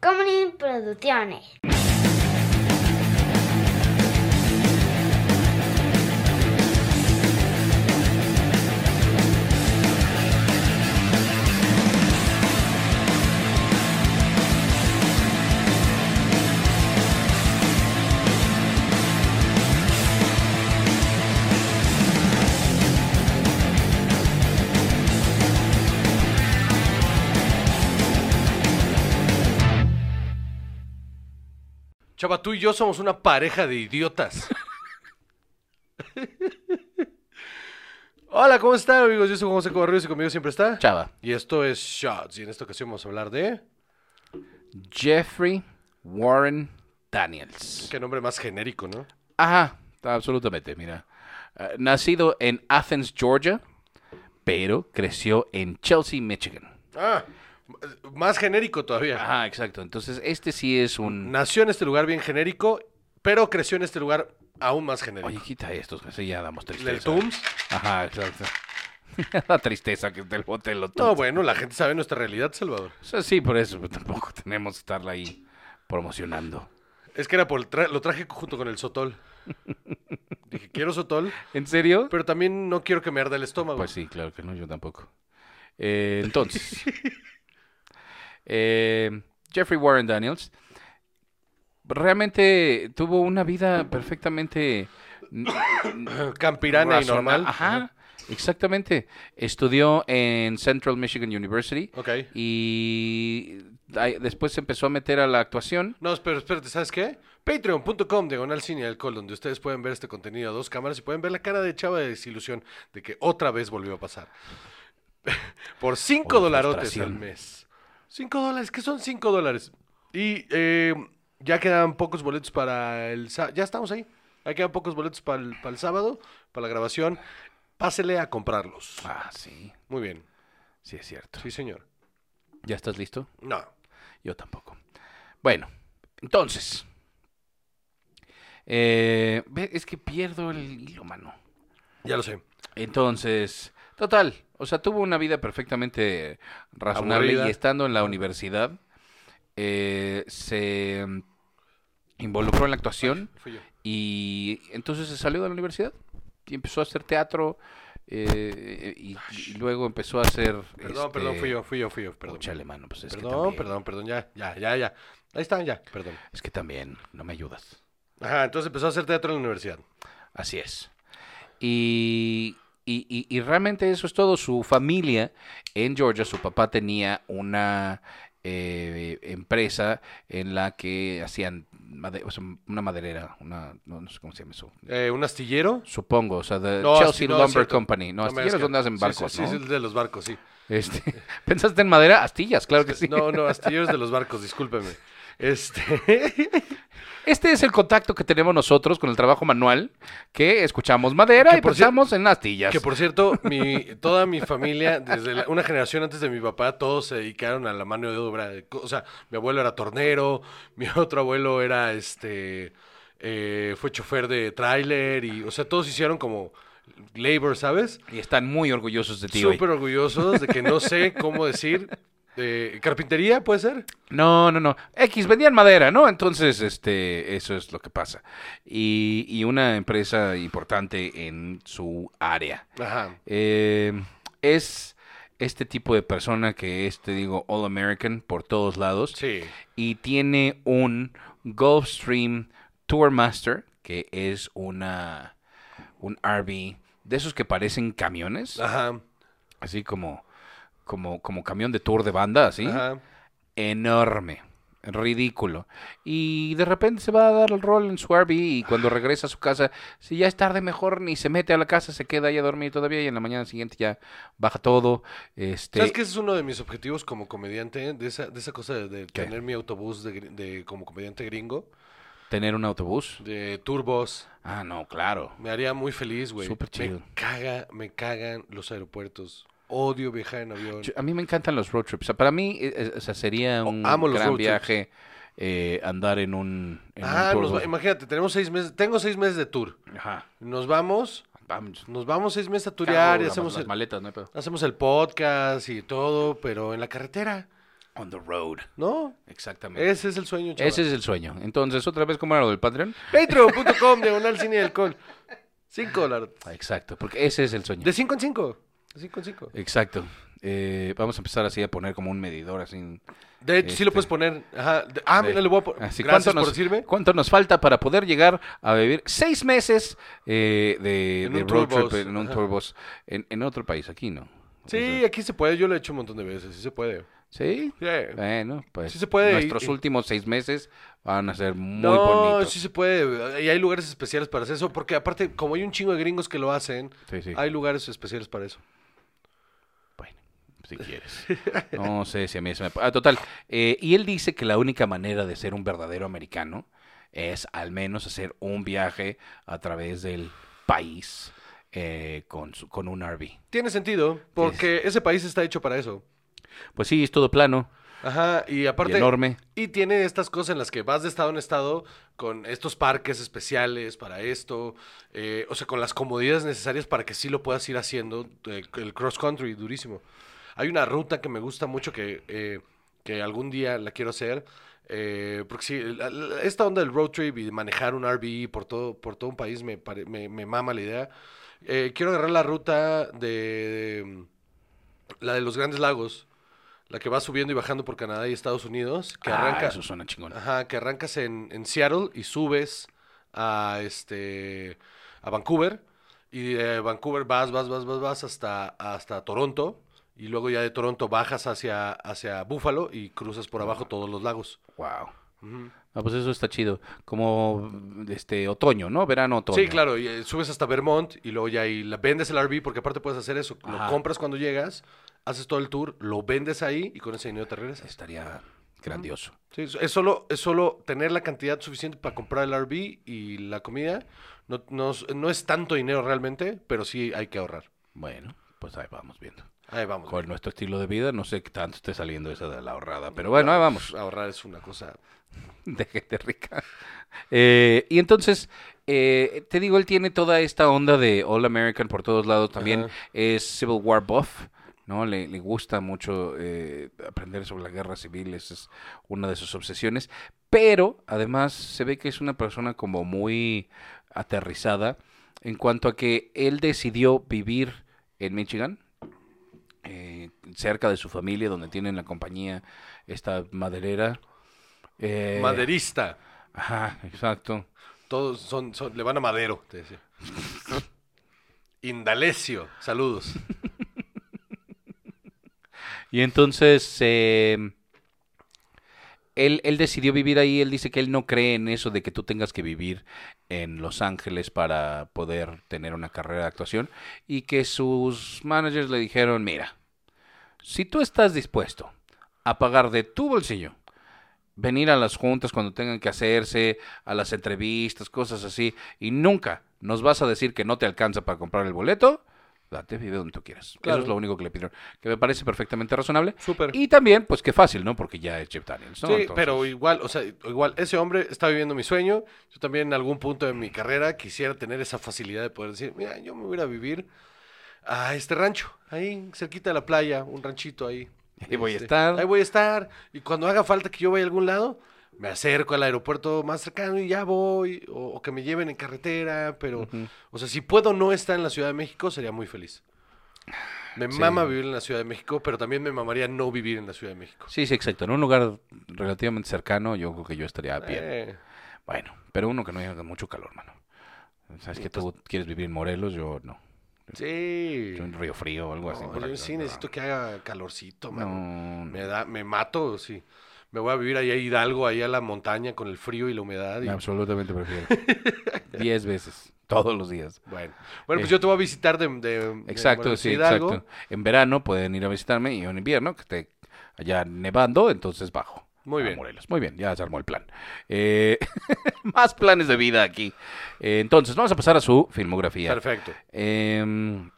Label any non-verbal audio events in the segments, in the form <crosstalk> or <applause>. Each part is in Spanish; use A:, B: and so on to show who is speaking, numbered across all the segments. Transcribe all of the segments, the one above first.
A: Comedy Producciones.
B: Chava, tú y yo somos una pareja de idiotas. Hola, ¿cómo están amigos? Yo soy José Cobarrios y conmigo siempre está.
C: Chava.
B: Y esto es Shots. Y en esta ocasión vamos a hablar de...
C: Jeffrey Warren Daniels.
B: Qué nombre más genérico, ¿no?
C: Ajá, absolutamente, mira. Eh, nacido en Athens, Georgia, pero creció en Chelsea, Michigan.
B: Ah, m- más genérico todavía.
C: Ajá, exacto. Entonces, este sí es un...
B: Nació en este lugar bien genérico, pero creció en este lugar aún más genérico.
C: Oye, quita estos, así ya damos tristeza.
B: ¿Del Tums?
C: Ajá, exacto. <laughs> La tristeza que es del bote lo
B: No, bueno, la gente sabe nuestra realidad, Salvador.
C: O sea, sí, por eso pero tampoco tenemos que estarla ahí promocionando.
B: Es que era por el tra- lo traje junto con el
C: <laughs>
B: Sotol. Dije, quiero Sotol,
C: ¿En serio?
B: pero también no quiero que me arda el estómago.
C: Pues sí, claro que no, yo tampoco. Eh,
B: <laughs>
C: entonces, eh, Jeffrey Warren Daniels realmente tuvo una vida
B: <coughs>
C: perfectamente n-
B: <laughs> Campirana y
C: razona-
B: normal.
C: Ajá, exactamente. Estudió en Central Michigan University
B: Ok.
C: y ahí- después se empezó a meter a la actuación.
B: No, pero espérate, ¿sabes qué? Patreon.com, diagonal cine y alcohol, donde ustedes pueden ver este contenido a dos cámaras y pueden ver la cara de Chava de desilusión de que otra vez volvió a pasar. <laughs> Por
C: Por la
B: cinco dolarotes al
C: frustración.
B: mes. Cinco dólares, ¿qué son cinco dólares? Y eh, ya quedan pocos boletos para el... sa- Ya estamos ahí. Ya quedan pocos boletos para el, para el sábado, para la grabación. Pásele a comprarlos.
C: Ah, sí,
B: Muy bien.
C: sí es cierto.
B: Sí, señor.
C: ¿Ya estás listo?
B: No.
C: Yo tampoco. Bueno, entonces. eh, ve, es que pierdo el hilo, mano.
B: Ya lo sé.
C: Entonces, total. O sea, tuvo una vida perfectamente razonable
B: Aburrida.
C: y estando en la universidad, eh, se mm, involucró en la actuación
B: Fui yo.
C: y entonces se salió de la universidad y empezó a hacer teatro eh, y, y luego empezó a hacer...
B: Perdón, perdón, fui yo, fui yo, fui yo. Perdón.
C: Perdón, mano, Este, pues es que
B: perdón,
C: también-
B: perdón, perdón, ya, ya, ya, ya. Ahí están, ya, perdón.
C: Es que también no me ayudas.
B: Ajá, entonces empezó a hacer teatro en la universidad.
C: Así es. Y, y- y- y realmente eso es todo. Su familia en Georgia, su papá tenía una eh, empresa en la que hacían made- o sea, una maderera, una, no, no sé cómo se llama eso.
B: Eh, ¿Un astillero?
C: Supongo, o sea, the
B: No,
C: Chelsea
B: asti- no, es
C: Lumber
B: cierto.
C: Company. No,
B: me
C: astilleros
B: hagas que-
C: donde hacen
B: sí,
C: barcos,
B: sí, sí,
C: ¿no?
B: es de los barcos, sí.
C: Este, ¿Pensaste en madera? Astillas, claro que <laughs> sí.
B: <laughs> No, no, astilleros de los barcos, discúlpeme.
C: <laughs>
B: Este,
C: Este es el contacto que tenemos nosotros con el trabajo manual, que escuchamos madera
B: Que
C: y
B: por cier-
C: pensamos en
B: <laughs>
C: astillas.
B: que por cierto, mi, toda mi familia, desde la- una generación antes de mi papá, todos se dedicaron a la mano de obra. O sea, mi abuelo era tornero, mi otro abuelo era, este, eh, fue chofer de tráiler y, o sea, todos hicieron como labor, ¿sabes?
C: Y están muy orgullosos de ti hoy.
B: Súper orgullosos de que no sé cómo decir. eh, ¿Carpintería puede ser?
C: No, no, no. X, vendían madera, ¿no? Entonces, este, eso es lo que pasa. Y, y una empresa importante en su área.
B: Ajá.
C: Eh, es este tipo de persona que es, te digo, All American por todos lados.
B: Sí.
C: Y tiene un Gulfstream Tourmaster, que es una, un RV de esos que parecen camiones.
B: Ajá.
C: Así como, como, como camión de tour de banda, así
B: Ajá.
C: enorme, ridículo. Y de repente se va a dar el rol en su RV y cuando regresa a su casa, si ya es tarde mejor ni se mete a la casa, se queda ahí a dormir todavía y en la mañana siguiente ya baja todo. Este,
B: ¿Sabes que ese es uno de mis objetivos como comediante? De esa, de esa cosa de, de
C: ¿Qué?
B: tener mi autobús de, gr- de- como comediante gringo,
C: tener un autobús.
B: de turbos.
C: Ah, no, claro.
B: Me haría muy feliz, güey.
C: Súper chido.
B: Me caga, me cagan los aeropuertos. Odio viajar en avión.
C: Yo- a mí me encantan los road trips. O sea, para mí eh, eh, o sea, sería
B: Oh,
C: un
B: amo los road
C: gran
B: trips.
C: viaje eh, andar en un, en un
B: ah,
C: tour
B: nos va-
C: de-
B: imagínate, tenemos seis meses, tengo seis meses de tour.
C: Ajá.
B: Nos vamos,
C: Vamos.
B: nos vamos seis meses a turear y
C: Cago la-
B: hacemos
C: las
B: el-
C: maletas, no hay pedo.
B: Hacemos el podcast y todo, pero en la carretera.
C: On the road.
B: ¿No?
C: Exactamente.
B: Ese es el sueño, chaval.
C: Ese es el sueño. Entonces, otra vez, ¿cómo era lo del Patreon?
B: Patreon.com, diagonal cine y alcohol. 5 dólares.
C: Ah, Exacto, porque ese es el sueño.
B: De 5 en 5. De 5 en 5.
C: Exacto. Eh, vamos a empezar así a poner como un medidor así.
B: De hecho, sí lo puedes poner. Ajá. De- ah, mira, le voy a poner.
C: Este. Así,
B: Gracias
C: nos,
B: por decirme.
C: ¿Cuánto nos falta para poder llegar a vivir seis meses eh, de,
B: En
C: de
B: un
C: road
B: tour
C: trip
B: bus,
C: en un
B: ajá.
C: tour bus en, en otro país? Aquí no.
B: Sí, aquí se puede. Yo lo he hecho un montón de veces. Sí se puede.
C: ¿Sí?
B: Sí.
C: Bueno, pues
B: Sí se puede,
C: nuestros
B: y-
C: últimos seis meses van a ser muy
B: no,
C: bonitos.
B: sí se puede. Y hay lugares especiales para hacer eso. Porque aparte, como hay un chingo de gringos que lo hacen,
C: Sí, sí.
B: hay lugares especiales para eso.
C: Bueno, si quieres. No sé si a mí se me... Ah, total. eh, y él dice que la única manera de ser un verdadero americano es al menos hacer un viaje a través del país eh, con, su- con un RV.
B: Tiene sentido, porque ese país está hecho para eso.
C: Pues sí, es todo plano
B: Ajá, y aparte...
C: y enorme.
B: Y tiene estas cosas en las que vas de estado en estado con estos parques especiales para esto, eh, o sea, con las comodidades necesarias para que sí lo puedas ir haciendo, eh, el cross country durísimo. Hay una ruta que me gusta mucho que, eh, que algún día la quiero hacer, eh, porque sí, la- la- esta onda del road trip y de manejar un RV por todo, por todo un país me, pare- me, me mama la idea. Eh, quiero agarrar la ruta de mm, la de los grandes lagos. La que va subiendo y bajando por Canadá y Estados Unidos, que
C: Ah,
B: arranca,
C: eso suena chingón.
B: Ajá, que arrancas en, en Seattle y subes a este a Vancouver y de Vancouver vas vas vas vas vas hasta hasta Toronto y luego ya de Toronto bajas hacia hacia Buffalo y cruzas por abajo todos los lagos.
C: Wow.
B: Ujú.
C: Ah, pues eso está chido. Como este otoño, ¿no? Verano, otoño.
B: Sí, claro, y, eh, subes hasta Vermont y luego ya ahí la- vendes el RV porque aparte puedes hacer eso,
C: Ajá.
B: lo compras cuando llegas, haces todo el tour, lo vendes ahí y con ese dinero te regresas.
C: Estaría grandioso.
B: Sí, es- es solo, es solo tener la cantidad suficiente para comprar el RV y la comida. No, no, es- no es tanto dinero realmente, pero sí hay que ahorrar.
C: Bueno, pues ahí vamos viendo.
B: Ahí vamos.
C: Con nuestro estilo de vida, no sé qué tanto esté saliendo esa de la ahorrada, pero bueno, ahí vamos.
B: Ahorrar es una cosa.
C: <laughs> de gente rica. Eh, y entonces, eh, te digo, él tiene toda esta onda de All American por todos lados. También
B: Ajá.
C: es Civil War buff, ¿no? Le, le gusta mucho eh, aprender sobre la guerra civil, esa es una de sus obsesiones. Pero, además, se ve que es una persona como muy aterrizada en cuanto a que él decidió vivir en Michigan. eh, cerca de su familia, donde tienen la compañía, esta maderera. eh,
B: Maderista.
C: Ajá, exacto.
B: Todos son, son- le van a madero, te
C: <laughs>
B: decía. Indalecio, saludos.
C: Y entonces, eh, él, él decidió vivir ahí, él dice que él no cree en eso de que tú tengas que vivir en Los Ángeles para poder tener una carrera de actuación y que sus managers le dijeron, mira, si tú estás dispuesto a pagar de tu bolsillo, venir a las juntas cuando tengan que hacerse, a las entrevistas, cosas así, y nunca nos vas a decir que no te alcanza para comprar el boleto, date, vive donde tú quieras. Eso
B: Claro.
C: es lo único que le pidieron, que me parece perfectamente razonable.
B: Súper.
C: Y también, pues qué fácil, ¿no? Porque ya es Jeff Daniels, ¿no?
B: Sí,
C: Entonces,
B: pero igual, o sea, igual, ese hombre está viviendo mi sueño. Yo también en algún punto de mi carrera quisiera tener esa facilidad de poder decir, mira, yo me voy a ir a vivir a este rancho, ahí, cerquita de la playa, un ranchito ahí. Este,
C: Ahí voy a estar.
B: Ahí voy a estar. Y cuando haga falta que yo vaya a algún lado, me acerco al aeropuerto más cercano y ya voy. O, o que me lleven en carretera, pero, o sea, si puedo no estar en la Ciudad de México, sería muy feliz. Me
C: Sí.
B: mama vivir en la Ciudad de México, pero también me mamaría no vivir en la Ciudad de México.
C: Sí, sí, exacto. En un lugar relativamente cercano, yo creo que yo estaría bien.
B: Eh.
C: Bueno, pero uno que no haga mucho calor, mano. Sabes que tú quieres vivir en Morelos, yo no.
B: Sí.
C: Yo en Río Frío o algo así.
B: No,
C: por
B: yo
C: acá,
B: sí
C: no.
B: necesito que haga calorcito, mano.
C: No, no.
B: Me da, me mato, sí. Me voy a vivir ahí a Hidalgo, ahí a la montaña con el frío y la humedad. y-
C: Absolutamente
B: <laughs>
C: prefiero. Diez veces, todos los días.
B: Bueno, bueno, pues
C: Eh.
B: yo te voy a visitar de, de- de
C: Exacto,
B: Morelos a
C: sí,
B: Hidalgo.
C: exacto. En verano pueden ir a visitarme y en invierno, que esté allá nevando, entonces bajo.
B: Muy
C: a
B: bien.
C: Morelos. Muy bien, ya se armó el plan. Eh, <laughs> más planes de vida aquí. Eh, entonces, vamos a pasar a su filmografía.
B: Perfecto.
C: Em,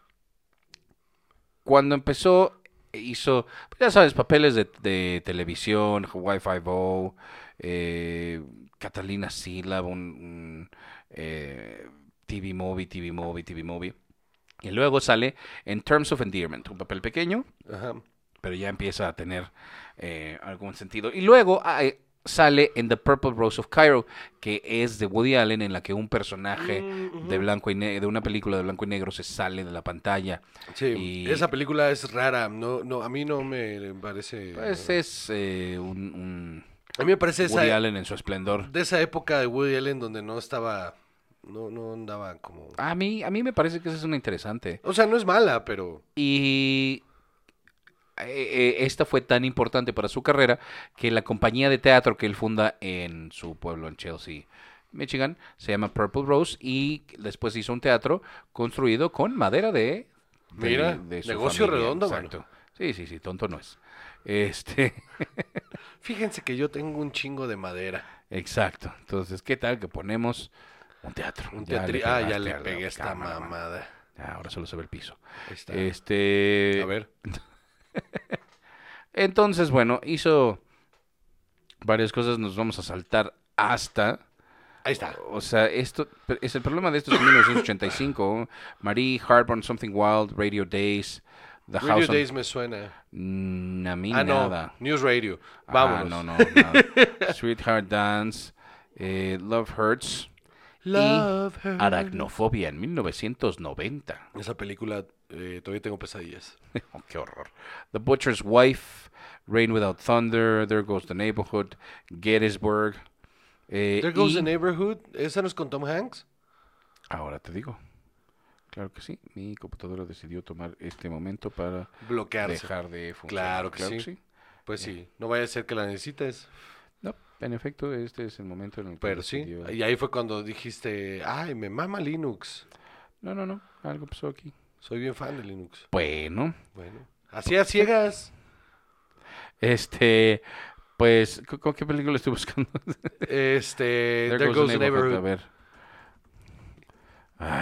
C: cuando empezó, hizo, pues, ya sabes, papeles de, de televisión, Hawaii Five-O, eh, Catalina Sila, un, un, eh, TV Movie, TV Movie, TV Movie. Y luego sale en Terms of Endearment, un papel pequeño,
B: Ajá.
C: pero ya empieza a tener eh, algún sentido. Y luego ah, eh, sale en The Purple Rose of Cairo, que es de Woody Allen, en la que un
B: Mm.
C: personaje de blanco y ne- de una película de blanco y negro se sale de la pantalla.
B: Sí,
C: Y-
B: esa película es rara. No, no, a mí no me parece.
C: Pues es eh, un, un
B: a mí me parece esa,
C: Woody Allen en su esplendor.
B: de esa época de Woody Allen donde no estaba, no, no andaba como.
C: A mí, a mí me parece que esa es una interesante.
B: O sea, no es mala, pero
C: Y eh, eh, esta fue tan importante para su carrera que la compañía de teatro que él funda en su pueblo, en Chelsea, Michigan, se llama Purple Rose y después hizo un teatro construido con madera de... de-
B: Mira, negocio redondo, mano.
C: Sí, sí, sí, tonto no es. Este,
B: fíjense que yo tengo un chingo de madera.
C: exacto. Entonces, ¿qué tal que ponemos un teatro?
B: Un
C: Ya
B: teatri-
C: le
B: Ah, ya
C: pegaste
B: le
C: a la
B: pegué esta
C: cámara, mano.
B: mamada.
C: Ya, ahora solo se ve el piso.
B: Ahí está.
C: Este,
B: a ver.
C: Entonces, bueno, hizo varias cosas, nos vamos a saltar hasta.
B: Ahí está.
C: O sea, esto es el problema de esto es 1985. Marie, Harbor, Something Wild, Radio Days, The
B: Radio
C: House on-
B: Days me suena.
C: Mm, a mí
B: Ah,
C: nada.
B: no. News Radio.
C: Ah,
B: Vámonos.
C: no, no,
B: <laughs>
C: nada. Sweetheart Dance, eh, Love Hurts
B: Love her.
C: Aracnofobia en 1990.
B: Esa película eh, todavía tengo pesadillas.
C: <laughs> Oh, qué horror. The Butcher's Wife, Rain Without Thunder, There Goes the Neighborhood, Gettysburg. eh,
B: There Goes
C: y-
B: the Neighborhood. ¿Esa no es con Tom Hanks?
C: Ahora te digo. Claro que sí. Mi computadora decidió tomar este momento para
B: Bloquearse.
C: dejar de
B: Claro
C: funcionar.
B: que sí. Pues
C: Eh.
B: sí. No vaya a ser que la necesites.
C: No, en efecto, este es el momento en el que
B: Pero sí.
C: decidió-
B: Y ahí fue cuando dijiste, ay, me mama Linux.
C: No, no, no. Algo pasó aquí.
B: Soy bien fan de Linux.
C: Bueno,
B: Bueno. Así a
C: <laughs>
B: ciegas.
C: este, pues, ¿con, con qué película estoy buscando? <laughs>
B: Este. There, Goes, the Neighborhood.
C: A ver.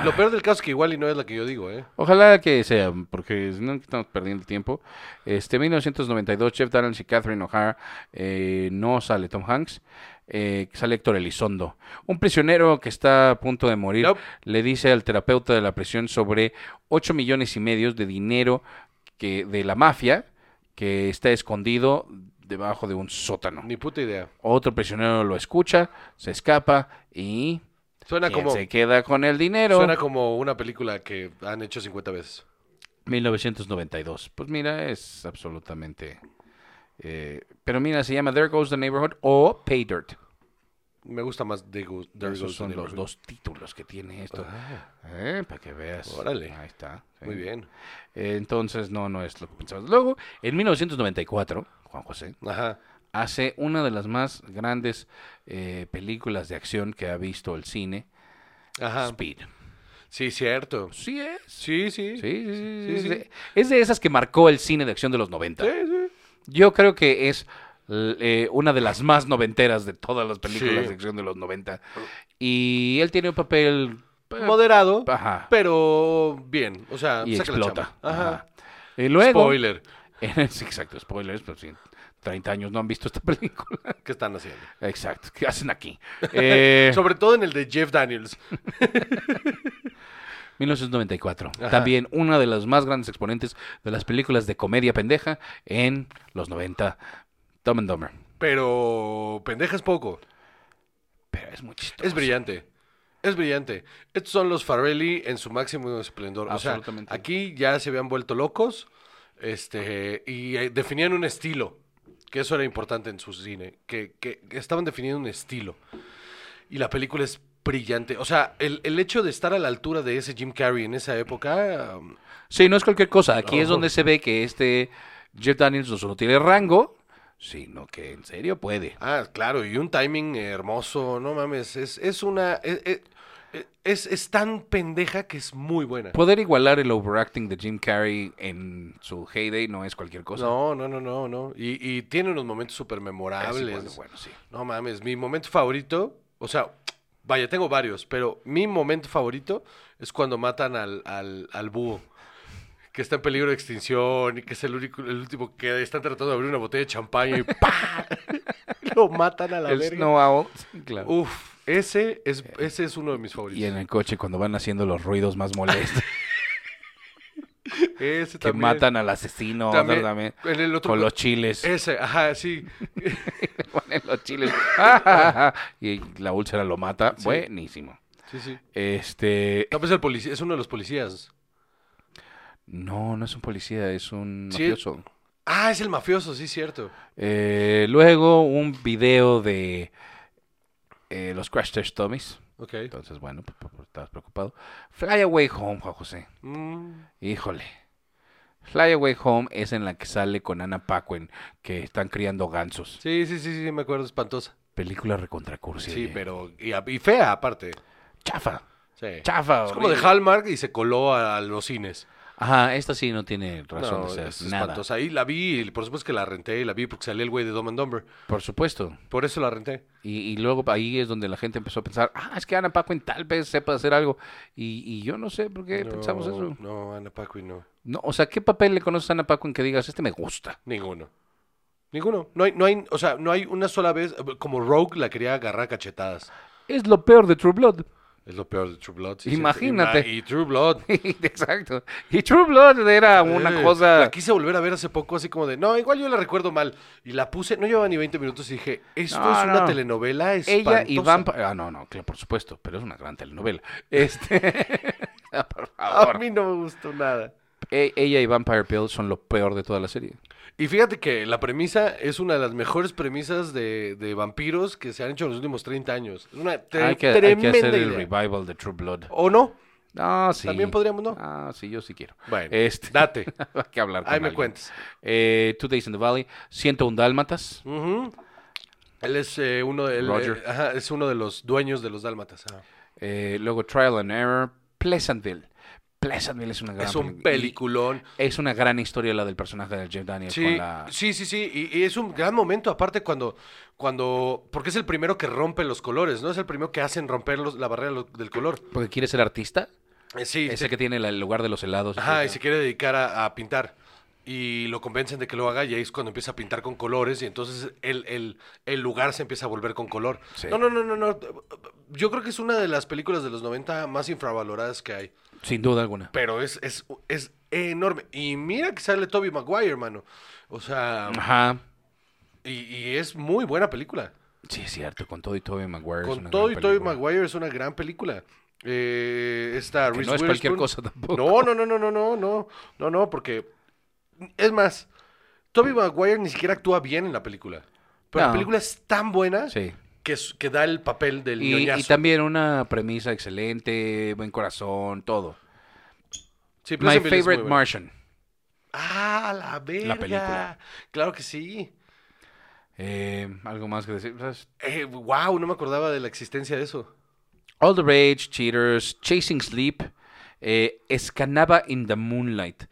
B: Lo peor del caso es que igual y no es la que yo digo, ¿eh?
C: Ojalá que sea, porque si no estamos perdiendo el tiempo. Este, 1992, Jeff Daniels y Catherine O'Hara, eh, no sale Tom Hanks, eh, sale Héctor Elizondo. Un prisionero que está a punto de morir
B: Nope.
C: le dice al terapeuta de la prisión sobre 8 millones y medio de dinero que, de la mafia que está escondido debajo de un sótano.
B: Ni puta idea.
C: Otro prisionero lo escucha, se escapa y
B: Suena
C: ¿quién
B: como.
C: se queda con el dinero.
B: Suena como una película que han hecho 50 veces.
C: 1992. Pues mira, es absolutamente. eh, pero mira, se llama There Goes the Neighborhood o Pay Dirt.
B: Me gusta más There Goes, There
C: Esos
B: Goes the
C: son los
B: Neighborhood.
C: dos títulos que tiene esto.
B: Ah,
C: Eh, para que veas.
B: Órale.
C: Ahí está. sí.
B: muy bien.
C: Eh, entonces, no, no es lo que pensabas. Luego, en 1994, Juan José
B: Ajá.
C: hace una de las más grandes eh, películas de acción que ha visto el cine,
B: Ajá.
C: Speed.
B: Sí, cierto.
C: Sí es.
B: Ah. Sí, sí.
C: Sí, sí, sí, sí,
B: Sí,
C: es de-
B: sí.
C: Es de esas que marcó el cine de acción de los 90.
B: Sí, sí.
C: Yo creo que es l- eh, una de las más noventeras de todas las películas
B: Sí.
C: de acción de los 90. Y él tiene un papel... eh,
B: Moderado,
C: Ajá.
B: pero bien. O sea,
C: Y
B: saca la
C: explota.
B: chamba. Ajá.
C: Ajá. Y luego... <laughs>
B: Spoiler.
C: Sí, Exacto, spoilers, pero sí, 30 años no han visto esta <laughs> película.
B: ¿Qué están haciendo?
C: Exacto, ¿qué
B: <laughs>
C: hacen aquí? Eh,
B: Sobre todo en el de Jeff Daniels.
C: 1994,
B: Ajá.
C: también una de las más grandes exponentes de las películas de comedia pendeja en los 90, Dumb and Dumber.
B: Pero pendeja es poco.
C: Pero es muy chistoso.
B: Es brillante. Es brillante. Estos son los Farrelly en su máximo esplendor. O sea,
C: Absolutamente.
B: aquí ya se habían vuelto locos este, y eh, definían un estilo. Que eso era importante en su cine. Que, que estaban definiendo un estilo. Y la película es brillante. O sea, el, el hecho de estar a la altura de ese Jim Carrey en esa época. um,
C: Sí, no es cualquier cosa. Aquí es
B: No.
C: donde se ve que este Jeff Daniels no solo tiene rango, sino que en serio puede.
B: Ah, claro, y un timing hermoso. No mames. Es, es una. Es, es- es- es tan pendeja que es muy buena.
C: Poder igualar el overacting de Jim Carrey en su heyday no es cualquier cosa.
B: No, no, no, no, no. Y, y tiene unos momentos súper
C: Es igual de
B: memorables.
C: bueno, sí.
B: No mames, mi momento favorito, o sea, vaya, tengo varios, pero mi momento favorito es cuando matan al, al, al búho, que está en peligro de extinción y que es el, único, el último que están tratando de abrir una botella de champaña y ¡pa! <laughs> Lo matan a la
C: El
B: verga.
C: Snow Owl, sí, claro.
B: Uf, ese es,
C: Eh,
B: ese es uno de mis favoritos. <laughs>
C: Y en el coche cuando van haciendo los ruidos más molestos.
B: Ese
C: que
B: también.
C: matan al asesino
B: También,
C: también,
B: en el otro
C: con
B: cu-
C: los chiles.
B: <laughs>
C: <laughs>
B: Ese, ajá, sí.
C: Le ponen
B: <laughs>
C: los chiles. <laughs> Ah, ah, ah, ah. y la úlcera lo mata.
B: Sí.
C: Buenísimo.
B: Sí, sí.
C: Este.
B: No, pues el policía, es uno de los policías.
C: No, no es un policía, es un
B: Sí.
C: mafioso.
B: Ah, es el mafioso, sí, cierto.
C: Eh, luego un video de eh, los Crash Test Dummies.
B: Ok.
C: Entonces, bueno, p- p- estabas preocupado. Fly Away Home, Juan José.
B: Mm,
C: Híjole. Fly Away Home es en la que sale con Anna Paquin, que están criando gansos.
B: sí, sí, sí, sí, me acuerdo, espantosa.
C: Película recontracursi.
B: Sí, pero. Y, a- y fea, aparte.
C: Chafa.
B: Sí.
C: Chafa.
B: Es como de
C: horrible.
B: Hallmark y se coló a, a los cines.
C: Ajá, esta sí no tiene razón
B: No,
C: de ser.
B: es
C: nada.
B: espantosa. Ahí la vi, y por supuesto que la renté y la vi porque salía el güey de Dumb and Dumber.
C: Por supuesto.
B: Por eso la renté.
C: Y, y luego ahí es donde la gente empezó a pensar, ah, es que Ana Paquin tal vez sepa hacer algo. Y, y yo no sé por qué
B: No,
C: pensamos eso.
B: No, Ana Paquin no.
C: No, o sea, ¿qué papel le conoces a Ana Paquin que digas, este me gusta?
B: Ninguno. Ninguno. No hay, no hay, o sea, no hay una sola vez. Como Rogue la quería agarrar a cachetadas.
C: Es lo peor de True
B: <laughs>
C: Blood.
B: Es lo peor de True Blood. sí,
C: Imagínate.
B: cierto. Y, ma- y True Blood.
C: Exacto. Y True Blood era una
B: Eh,
C: cosa...
B: La quise volver a ver hace poco, así como de. No, igual yo la recuerdo mal. Y la puse, no llevaba ni 20 minutos y dije, esto
C: No,
B: es una
C: no.
B: telenovela espantosa.
C: Ella y Vampire... Ah, no, no, claro, por supuesto, pero es una gran telenovela.
B: <laughs>
C: Este... <laughs> Ah, por
B: <laughs> A
C: favor.
B: mí no me gustó nada.
C: E- ella y Vampire Bill son lo peor de toda la serie.
B: Y fíjate que la premisa es una de las mejores premisas de, de vampiros que se han hecho en los últimos 30 años. Es una tre-
C: hay, que, hay que
B: tremenda
C: hacer el
B: idea.
C: revival de True Blood.
B: ¿O no?
C: Ah, sí.
B: También podríamos, ¿no?
C: Ah, sí, yo sí quiero.
B: Bueno,
C: Este-
B: date.
C: <laughs> Hay que hablar con
B: Ahí me
C: alguien.
B: cuentas.
C: Eh, Two Days in the Valley, 101 Dálmatas.
B: Ujú. Él es eh, uno de él,
C: Roger.
B: eh, ajá, es uno de los dueños de los dálmatas. ajá.
C: eh, luego Trial and Error, Pleasantville. Pleasantville es una gran
B: Es un
C: peli-
B: peliculón.
C: y Es una gran historia la del personaje de Jeff Daniels
B: Sí,
C: eh, con la...
B: sí, sí, sí. Y, y es un gran momento, aparte cuando, cuando, porque es el primero que rompe los colores, ¿no? Es el primero que hacen romper los- la barrera lo- del color.
C: Porque quiere ser artista.
B: Eh, sí,
C: Ese
B: sí.
C: que tiene la- el lugar de los helados.
B: Ajá, y
C: etcétera.
B: se quiere dedicar a, a pintar. Y lo convencen de que lo haga y ahí es cuando empieza a pintar con colores y entonces el, el- el lugar se empieza a volver con color.
C: Sí.
B: No, no, no, no, no. Yo creo que es una de las películas de los 90 más infravaloradas que hay.
C: Sin duda alguna.
B: Pero es, es, es enorme. Y mira que sale Toby Maguire, hermano. O sea,
C: Ajá.
B: y, y es muy buena película.
C: Sí, es cierto, con todo y Tobey Maguire. es
B: Con
C: una
B: todo y
C: gran
B: Toby
C: película.
B: Maguire es una gran película. Eh, está
C: Que
B: Reese
C: no es cualquier
B: Witherspoon.
C: cosa tampoco.
B: No, no, no, no, no, no, no, no, no, porque es más, Toby Maguire ni siquiera actúa bien en la película. Pero
C: No.
B: la película es tan buena
C: Sí.
B: que, es- que da el papel del
C: Y- Y,
B: ñoñazo.
C: también una premisa excelente, buen corazón, todo.
B: Sí,
C: My
B: Pleasantville es muy
C: Favorite
B: buena.
C: Martian.
B: Ah, la verga.
C: película.
B: Claro que sí.
C: Eh, algo más que decir. ¿sabes?
B: Eh, wow, no me acordaba de la existencia de eso.
C: All the Rage, Cheaters, Chasing Sleep, eh, Escanaba in the Moonlight.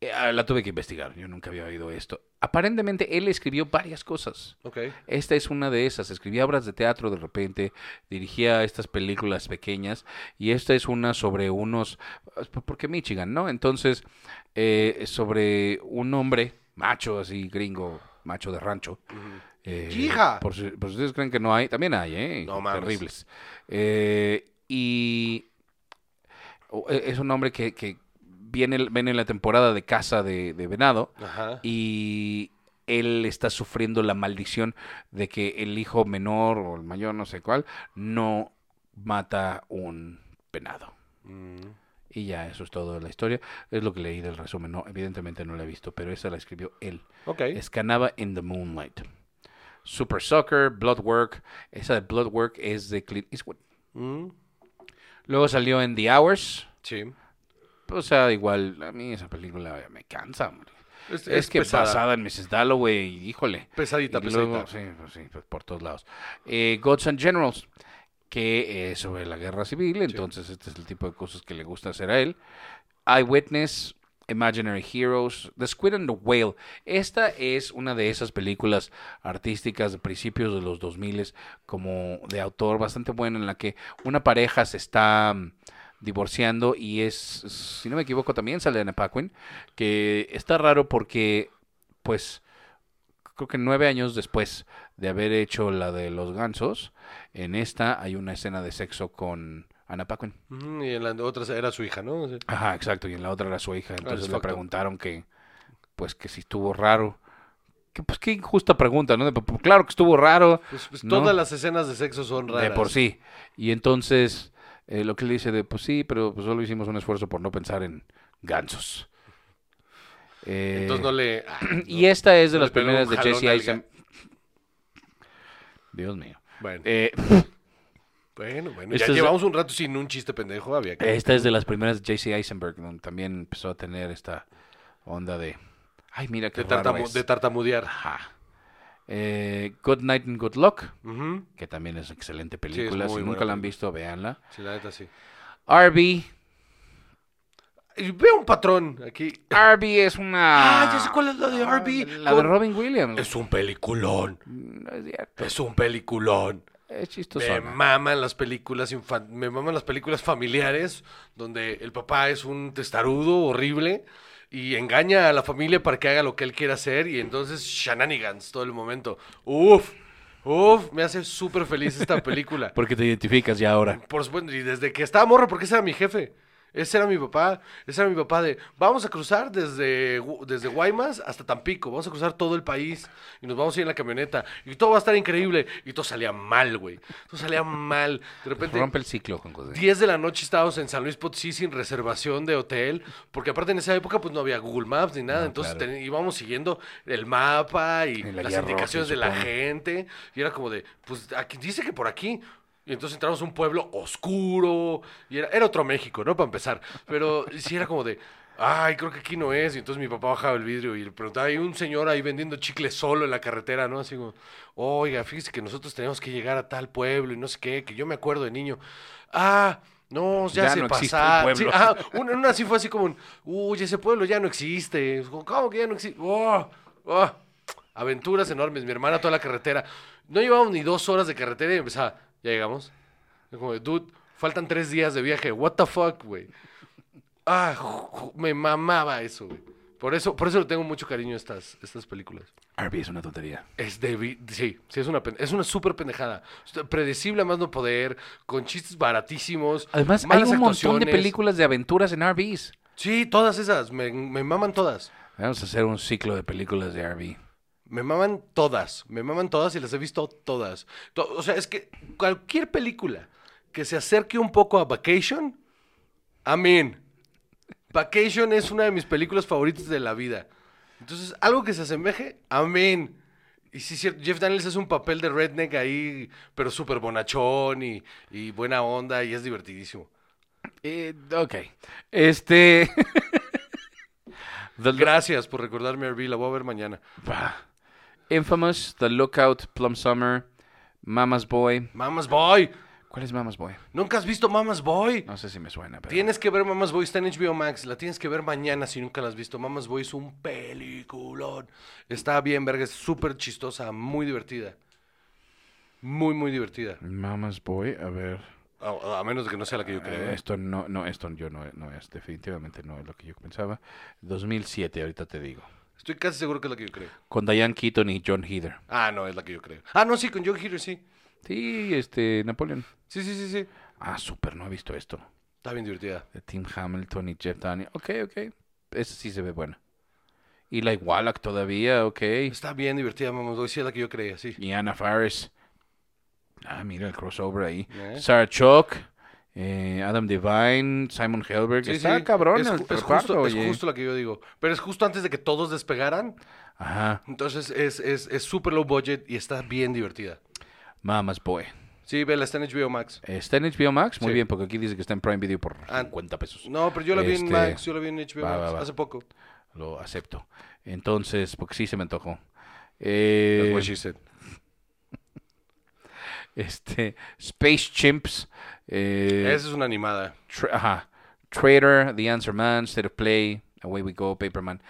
C: Eh, ah, la tuve que investigar, yo nunca había oído esto. Aparentemente él escribió varias cosas.
B: Ok.
C: Esta es una de esas. Escribía obras de teatro de repente, dirigía estas películas pequeñas y esta es una sobre unos... ah, Porque Michigan, ¿no? Entonces, eh, sobre un hombre, macho así, gringo, macho de rancho. eh,
B: ¡Hija!
C: Por si, por si ustedes creen que no hay, también hay, ¿eh?
B: No mames.
C: Terribles. Eh, y o- e- es un hombre que, que viene, viene en la temporada de caza de, de venado
B: Ajá.
C: y él está sufriendo la maldición de que el hijo menor o el mayor, no sé cuál, no mata un venado.
B: Mm.
C: Y ya, eso es todo de la historia. Es lo que leí del resumen. No, evidentemente no la he visto, pero esa la escribió él.
B: Ok.
C: Escanaba in the Moonlight. Super Soccer, Bloodwork. Esa de Bloodwork es de Clint Eastwood.
B: Mm.
C: Luego salió en The Hours. pues,
B: Sí.
C: O sea, igual, a mí esa película me cansa. hombre.
B: Es,
C: Es, que
B: pesada.
C: basada en Mrs. Dalloway, híjole.
B: Pesadita,
C: Y luego-
B: pesadita.
C: sí, pues sí, pues por todos lados. Eh, Gods and Generals, que es sobre la guerra civil, entonces este es el tipo de cosas que le gusta hacer a él. Eyewitness, Imaginary Heroes, The Squid and the Whale. Esta es una de esas películas artísticas de principios de los 2000 como de autor bastante buena en la que una pareja se está mm, divorciando y es, si no me equivoco, también sale Anna Paquin, que está raro porque, pues, creo que nueve años después de haber hecho la de los gansos, en esta hay una escena de sexo con Ana Paquin.
B: Ujú, Y en la otra era su hija, ¿no? Sí.
C: Ajá, exacto. Y en la otra era su hija. Entonces le
B: fucked up.
C: preguntaron que, pues, que si estuvo raro. Que, pues, qué injusta pregunta, ¿no? De, pues, claro que estuvo raro.
B: Pues, pues,
C: No.
B: Todas las escenas de sexo son raras.
C: De por sí. Y entonces, eh, lo que le dice de, pues sí, pero pues, solo hicimos un esfuerzo por no pensar en gansos. Eh,
B: Entonces no le.
C: <clears throat>
B: ah, no.
C: y esta es de
B: no le
C: las
B: pegó
C: primeras
B: un
C: de
B: jalón
C: Jesse
B: al
C: Eisenberg. Dios mío.
B: Bueno,
C: Eh,
B: bueno, bueno.
C: esto
B: Ya
C: es- Eh,
B: llevamos un rato sin un chiste pendejo. Había que.
C: esta es de las primeras de Jesse Eisenberg, donde también empezó a tener esta onda de. Ay, mira qué
B: de,
C: raro
B: tartamu-
C: es".
B: de tartamudear.
C: Ajá. Eh, Good Night and Good Luck,
B: Ujú.
C: que también es excelente
B: es
C: película.
B: muy
C: si
B: buena
C: nunca la han
B: película.
C: visto, véanla.
B: Sí, la neta sí.
C: Arby.
B: Y veo un patrón aquí.
C: Arby es una.
B: Ah, ya sé cuál es la de
C: Ah,
B: Arby.
C: La de
B: Con-
C: Robin Williams.
B: Es un peliculón.
C: No es cierto.
B: Es un peliculón.
C: Es chistoso.
B: Me maman las películas infan- me maman las películas familiares donde el papá es un testarudo horrible y engaña a la familia para que haga lo que él quiera hacer y entonces shenanigans todo el momento. Uf, uf, me hace súper feliz esta película.
C: Porque te identificas ya ahora.
B: Por supuesto, y desde que estaba morro, porque ese era mi jefe. Ese era mi papá, ese era mi papá de, vamos a cruzar desde, Gu- desde Guaymas hasta Tampico, vamos a cruzar todo el país y nos vamos a ir en la camioneta y todo va a estar increíble. Y todo salía mal, güey. Todo salía mal. De repente,
C: Rompe el ciclo, Juan José.
B: 10 de la noche estábamos en San Luis Potosí sin reservación de hotel, porque aparte en esa época pues no había Google Maps ni nada,
C: No,
B: entonces
C: claro.
B: ten- íbamos siguiendo el mapa y
C: En la
B: las
C: guía roja,
B: indicaciones de la
C: supongo.
B: gente, y era como de, pues aquí dice que por aquí. Y entonces entramos a un pueblo oscuro, y era, era otro México, ¿no? Para empezar, pero sí era como de... Ay, creo que aquí no es. Y entonces mi papá bajaba el vidrio y le preguntaba, hay un señor ahí vendiendo chicles solo en la carretera, ¿no? Así como, oiga, fíjese que nosotros tenemos que llegar a tal pueblo y no sé qué, que yo me acuerdo de niño. Ah, no, ya,
C: Ya
B: se
C: no existe el
B: pasaron. Sí,
C: pueblo.
B: ajá, <laughs> una, una así fue así como, un, uy, ese pueblo ya no existe. ¿Cómo que ya no existe? Oh, oh. Aventuras enormes, mi hermana toda la carretera. No llevábamos ni dos horas de carretera y empezaba, ya llegamos. Yo Como, de, dude, faltan tres días de viaje. What the fuck, güey. Ah, ju- ju- me mamaba eso, güey. Por eso, por eso le tengo mucho cariño a estas, estas películas.
C: Arby es una tontería.
B: Es de... vi- Sí, sí, es una, pen- es una súper pendejada. Está Predecible a más no poder, con chistes baratísimos.
C: Además, hay
B: malas
C: un montón de
B: actuaciones.
C: películas de aventuras en Arby's.
B: Sí, todas esas. Me, me maman todas.
C: Vamos a hacer un ciclo de películas de Arby.
B: Me maman todas. Me maman todas y las he visto todas. To- O sea, es que cualquier película que se acerque un poco a Vacation, amén. Vacation es una de mis películas favoritas de la vida. Entonces, algo que se asemeje, amén. Y sí, es cierto, Jeff Daniels es un papel de redneck ahí, pero súper bonachón y, y buena onda y es divertidísimo.
C: Eh, ok. Este. <laughs> The Lo-
B: Gracias por recordarme, Arby. La voy a ver mañana.
C: Bah. Infamous, The Lookout, Plum Summer, Mama's Boy.
B: Mamas Boy.
C: ¿Cuál es Mama's Boy?
B: ¿Nunca has visto Mamas Boy?
C: No sé si me suena, pero.
B: Tienes que ver Mamas Boy, está en HBO Max, la tienes que ver mañana si nunca la has visto. Mamas Boy es un peliculón. Está bien, verga, es súper chistosa, muy divertida. Muy, muy divertida.
C: Mama's Boy, a ver.
B: A, a menos de que no sea la que yo creo.
C: Eh,
B: ¿eh?
C: esto no, no, esto yo no, no es, definitivamente no es lo que yo pensaba. 2007, ahorita te digo.
B: Estoy casi seguro que es la que yo creo.
C: Con Diane Keaton y John Heather.
B: Ah, no, es la que yo creo. Ah, no, sí, con John Heater, sí.
C: Sí, este, Napoleon.
B: Sí, sí, sí, sí.
C: Ah, súper, no he visto esto.
B: Está bien divertida.
C: De Tim Hamilton y Jeff Daniels. Ok, ok. Esa sí se ve buena. Y la Wallach todavía, ok.
B: Está bien divertida, Mamas Boy, sí es la que yo creía, sí.
C: Y Anna Faris. Ah, mira el crossover ahí.
B: ¿Eh?
C: Sarah Chalk, eh, Adam Devine, Simon Helberg.
B: Sí,
C: Está
B: sí.
C: cabrón
B: Es
C: el
B: ju- es,
C: reparto,
B: justo, es
C: oye.
B: justo la que yo digo. Pero es justo antes de que todos despegaran.
C: Ajá.
B: Entonces es es- es súper low budget y está bien divertida.
C: Mamas Boy.
B: Sí, vela, está en HBO Max.
C: ¿Está en HBO Max? Muy
B: Sí.
C: bien, porque aquí dice que está en Prime Video por
B: Ah,
C: 50 pesos.
B: No, pero yo la vi en
C: Este,
B: Max, yo la vi en HBO
C: va,
B: Max
C: va, va.
B: hace poco.
C: Lo acepto. Entonces, porque sí se me antojó. Eh, este, Space Chimps. eh,
B: Esa es una animada.
C: Tra- ajá. Traitor, The Answer Man, State of Play, Away We Go, Paperman.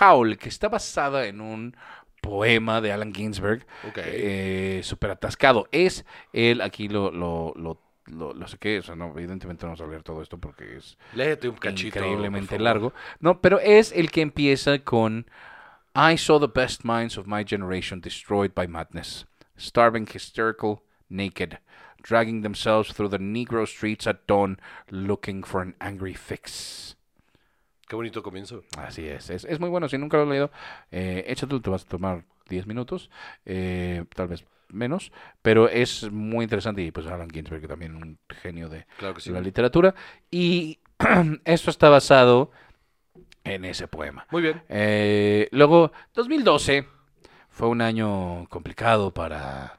C: Howl, que está basada en un poema de Allen Ginsberg,
B: Ok.
C: eh, súper atascado. Es él, aquí lo, lo, lo, lo, lo saqué, o sea, no, evidentemente no vamos a leer todo esto porque es
B: Léete un cachito.
C: increíblemente
B: por favor.
C: largo. No, pero es el que empieza con I saw the best minds of my generation destroyed by madness, starving, hysterical, naked, dragging themselves through the Negro streets at dawn looking for an angry fix.
B: Qué bonito comienzo.
C: Así es, es, es muy bueno. Si nunca lo has leído, eh, échatelo, te vas a tomar 10 minutos, eh, tal vez menos, pero es muy interesante. Y pues Alan Ginsberg, que también un genio de
B: Claro que sí.
C: pues, la literatura. Y <clears throat> esto está basado en ese poema.
B: Muy bien.
C: Eh, luego, 2012 fue un año complicado para.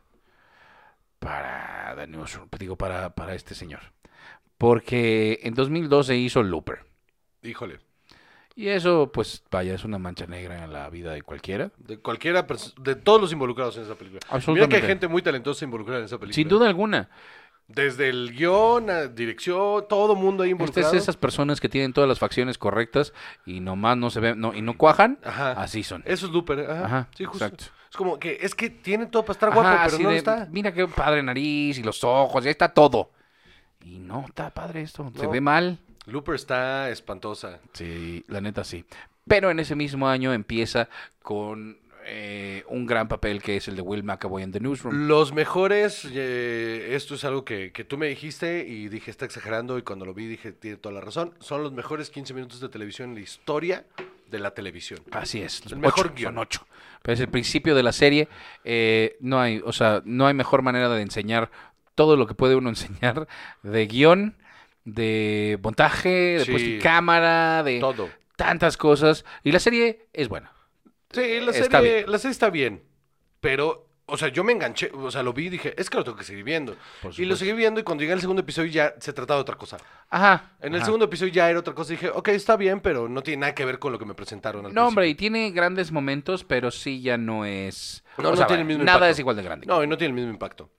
C: Para. Daniel Oshur- digo, para, para este señor. Porque en 2012 hizo Looper.
B: Híjole.
C: Y eso, pues, vaya, es una mancha negra en la vida de cualquiera.
B: De cualquiera, pers- de todos los involucrados en esa película. Mira que
C: Absolutamente.
B: hay gente muy talentosa involucrada en esa película.
C: Sin duda alguna.
B: Desde el guión, a dirección, todo mundo ahí
C: Usted
B: involucrado.
C: Este es esas personas que tienen todas las facciones correctas y nomás no se ven no, y no cuajan.
B: Ajá.
C: Así son.
B: Eso es Looper. ¿eh? Ajá.
C: Ah, Ajá,
B: sí, justo.
C: exacto.
B: Es como que es que tiene todo para estar
C: Ajá,
B: guapo, pero
C: así
B: no lo
C: de,
B: está.
C: Mira qué padre nariz y los ojos, ya está todo. Y no está padre esto, se
B: No.
C: ve mal.
B: Looper está espantosa.
C: Sí, la neta sí. Pero en ese mismo año empieza con eh, un gran papel que es el de Will McAvoy en The Newsroom.
B: Los mejores, eh, esto es algo que, que tú me dijiste y dije, está exagerando, y cuando lo vi dije, tiene toda la razón, son los mejores 15 minutos de televisión en la historia de la televisión.
C: Así es, los
B: El mejor
C: ocho,
B: guión.
C: son ocho. Pero es el principio de la serie. eh, no hay, o sea, no hay mejor manera de enseñar todo lo que puede uno <laughs> enseñar de guión, de montaje, de
B: Sí.
C: puesta en cámara, de
B: Todo.
C: tantas cosas. Y la serie es buena.
B: Sí, la serie
C: Está
B: está bien. La serie está bien, pero, o sea, yo me enganché, o sea, lo vi y dije, es que lo tengo que seguir viendo.
C: Por
B: Y lo
C: supuesto.
B: seguí viendo y cuando llegué al segundo episodio ya se trataba de otra cosa.
C: Ajá.
B: En el
C: ajá.
B: segundo episodio ya era otra cosa. Dije, ok, está bien, pero no tiene nada que ver con lo que me presentaron. Al
C: No, hombre, y
B: principio".
C: tiene grandes momentos, pero sí ya no es.
B: No,
C: o
B: no
C: sea,
B: tiene el mismo
C: nada
B: impacto.
C: es igual de grande.
B: No, y no tiene el mismo impacto.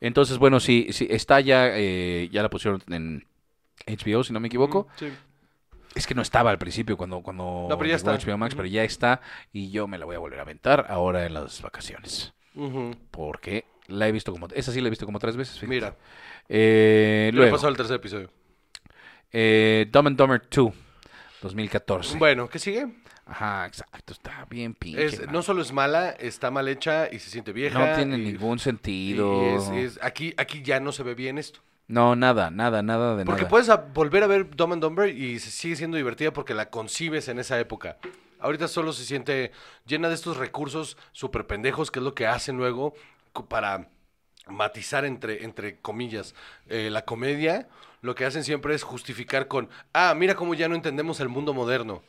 C: Entonces, bueno, sí, sí, está ya, eh, ya la pusieron en HBO, si no me equivoco.
B: Mm, Sí.
C: Es que no estaba al principio cuando, cuando
B: No, pero ya
C: llegó
B: está.
C: HBO Max,
B: Ujú.
C: pero ya está y yo me la voy a volver a aventar ahora en las vacaciones.
B: Ujú.
C: Porque la he visto como, esa sí la he visto como tres veces. fíjate.
B: Mira,
C: Eh,
B: lo he
C: luego,
B: pasado el tercer episodio.
C: eh, Dumb and Dumber 2, 2014.
B: Bueno, ¿qué sigue?
C: Ajá, exacto, está bien pinche.
B: Es,
C: mal.
B: no solo es mala, está mal hecha y se siente vieja.
C: No tiene
B: y-
C: ningún
B: y
C: sentido.
B: es- es- aquí, aquí ya no se ve bien esto.
C: No, nada, nada, nada de
B: Porque
C: nada.
B: puedes a- volver a ver Dumb and Dumber y se sigue siendo divertida porque la concibes en esa época. Ahorita solo se siente llena de estos recursos súper pendejos, que es lo que hacen luego co- para matizar entre, entre comillas eh, la comedia. Lo que hacen siempre es justificar con, ah, mira cómo ya no entendemos el mundo moderno.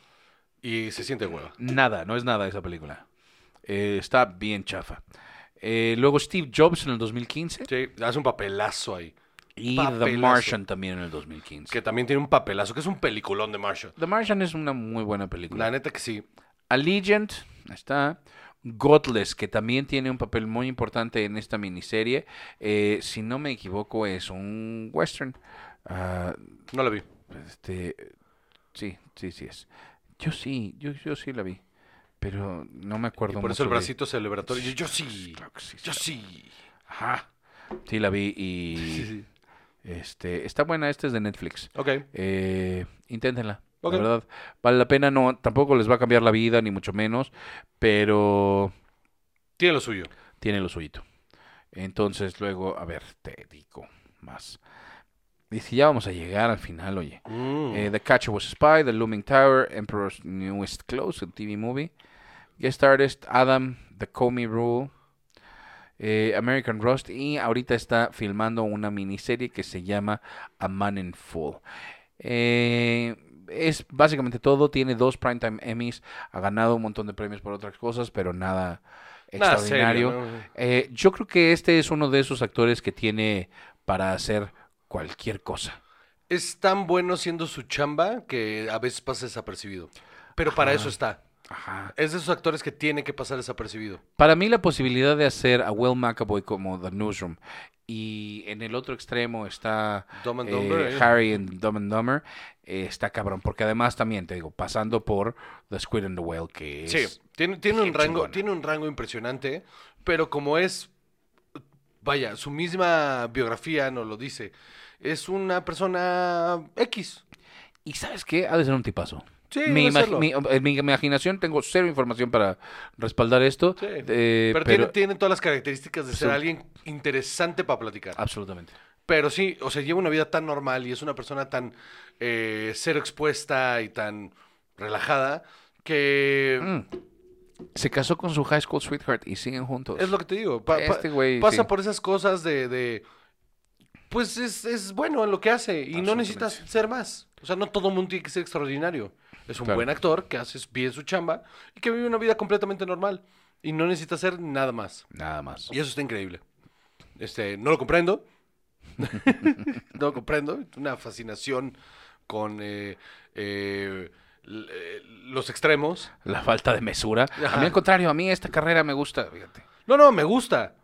B: Y se siente hueva.
C: Nada, no es nada esa película. Eh, está bien chafa. Eh, luego Steve Jobs en el 2015
B: Sí, hace un papelazo ahí.
C: y The
B: papelazo.
C: Martian también en el 2015.
B: Que también tiene un papelazo, que es un peliculón de Marshall.
C: The Martian es una muy buena película.
B: La neta que sí.
C: Allegiant, ahí está. Godless, que también tiene un papel muy importante en esta miniserie. Eh, si no me equivoco, es un western. Ah,
B: No la vi.
C: Este, sí, sí, sí es. Yo sí, yo, yo sí la vi, pero no me
B: Y
C: acuerdo
B: por eso el
C: mucho de- Pues
B: bracito celebratorio. Yo, yo sí.
C: Claro que sí,
B: Yo
C: sí.
B: sí.
C: Ajá. Sí la vi y
B: Sí, sí.
C: este está buena, esta es de Netflix.
B: Ok.
C: Eh, inténtenla.
B: Ok.
C: La verdad, vale la pena, no tampoco les va a cambiar la vida ni mucho menos, pero
B: Tiene lo suyo.
C: tiene lo suyito. Entonces, luego, a ver, te digo más. Y si ya vamos a llegar al final, oye.
B: Mm.
C: Eh,
B: Hmm.
C: the Catcher Was a Spy, The Looming Tower, Emperor's Newest Clothes, a TV movie. Guest artist, Adam, The Comey Rule, eh, American Rust. Y ahorita está filmando una miniserie que se llama A Man in Full. Eh, es básicamente todo. Tiene dos Primetime Emmys. Ha ganado un montón de premios por otras cosas, pero nada
B: Nada
C: extraordinario.
B: serio, ¿no?
C: Eh, yo creo que este es uno de esos actores que tiene para hacer cualquier cosa.
B: Es tan bueno siendo su chamba que a veces pasa desapercibido. Pero para eso está.
C: Ajá.
B: Es de esos actores que tiene que pasar desapercibido.
C: Para mí la posibilidad de hacer a Will McAvoy como The Newsroom y en el otro extremo está
B: Dumb and
C: eh,
B: Dumber, eh.
C: Harry en Dumb and Dumber eh, está cabrón porque además también te digo pasando por The Squid and the Whale que es
B: sí. Tiene, tiene un
C: bien
B: rango,
C: chingona.
B: tiene un rango impresionante, pero como es, vaya, su misma biografía nos lo dice. Es una persona X.
C: y sabes qué ha de ser un tipazo
B: Sí,
C: mi,
B: iba a
C: imag-
B: serlo.
C: mi- en mi imaginación tengo cero información para respaldar esto.
B: Sí.
C: eh,
B: pero, tiene,
C: pero-
B: tiene todas las características de ser
C: Sí.
B: alguien interesante para platicar.
C: Ah. Absolutamente.
B: Pero sí, o sea, lleva una vida tan normal y es una persona tan eh, cero expuesta y tan relajada que
C: Mm. Se casó con su high school sweetheart y siguen juntos.
B: es lo que te digo. pa- pa-
C: Este güey,
B: pasa
C: sí.
B: por esas cosas de... de, pues es, es bueno en lo que hace y no
C: Absolutamente.
B: necesitas ser más. O sea, no todo mundo tiene que ser extraordinario. Es un
C: Claro.
B: buen actor que hace bien su chamba y que vive una vida completamente normal y no necesita hacer nada más.
C: Nada más.
B: Y eso está increíble. Este, no lo comprendo. <laughs> no lo comprendo. Una fascinación con eh, eh, l- eh, los extremos.
C: La falta de mesura. A mí,
B: Ajá.
C: al contrario, a mí esta carrera me gusta. Fíjate.
B: No, no, me gusta.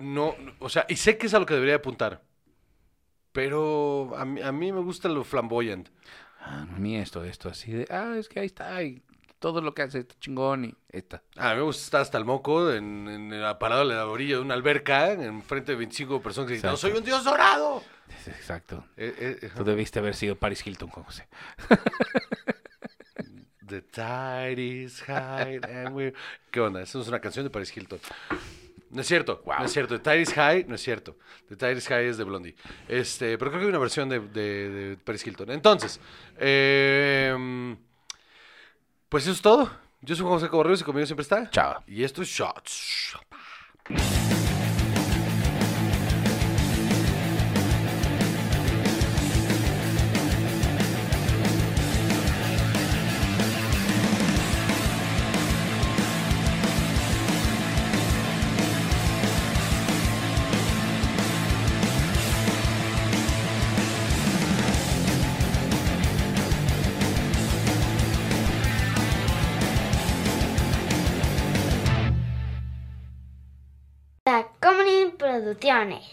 B: No, no, o sea, y sé que es a lo que debería apuntar. Pero a mí, a mí me gusta lo flamboyant.
C: Ah, a mí esto, esto, así de. Ah, es que ahí está. Y todo lo que hace está chingón y está.
B: A mí me gusta estar hasta el moco en, en la parada de la orilla de una alberca en frente de 25 personas gritando
C: Exacto.
B: ¡Soy un dios dorado!
C: Exacto.
B: Eh, eh, eh,
C: Tú debiste haber sido Paris Hilton con José.
B: The tide is high and we're... ¿Qué onda? Esa es una canción de Paris Hilton. No es cierto,
C: Wow.
B: no es cierto. The tide is high, no es cierto. The tide is high es de Blondie. Este, pero creo que hay una versión de, de- de Paris Hilton. Entonces, eh, pues eso es todo. Yo soy Juan José Cabarrus y conmigo siempre está.
C: Chava.
B: Y esto es Shots.
A: Tacomunin Producciones.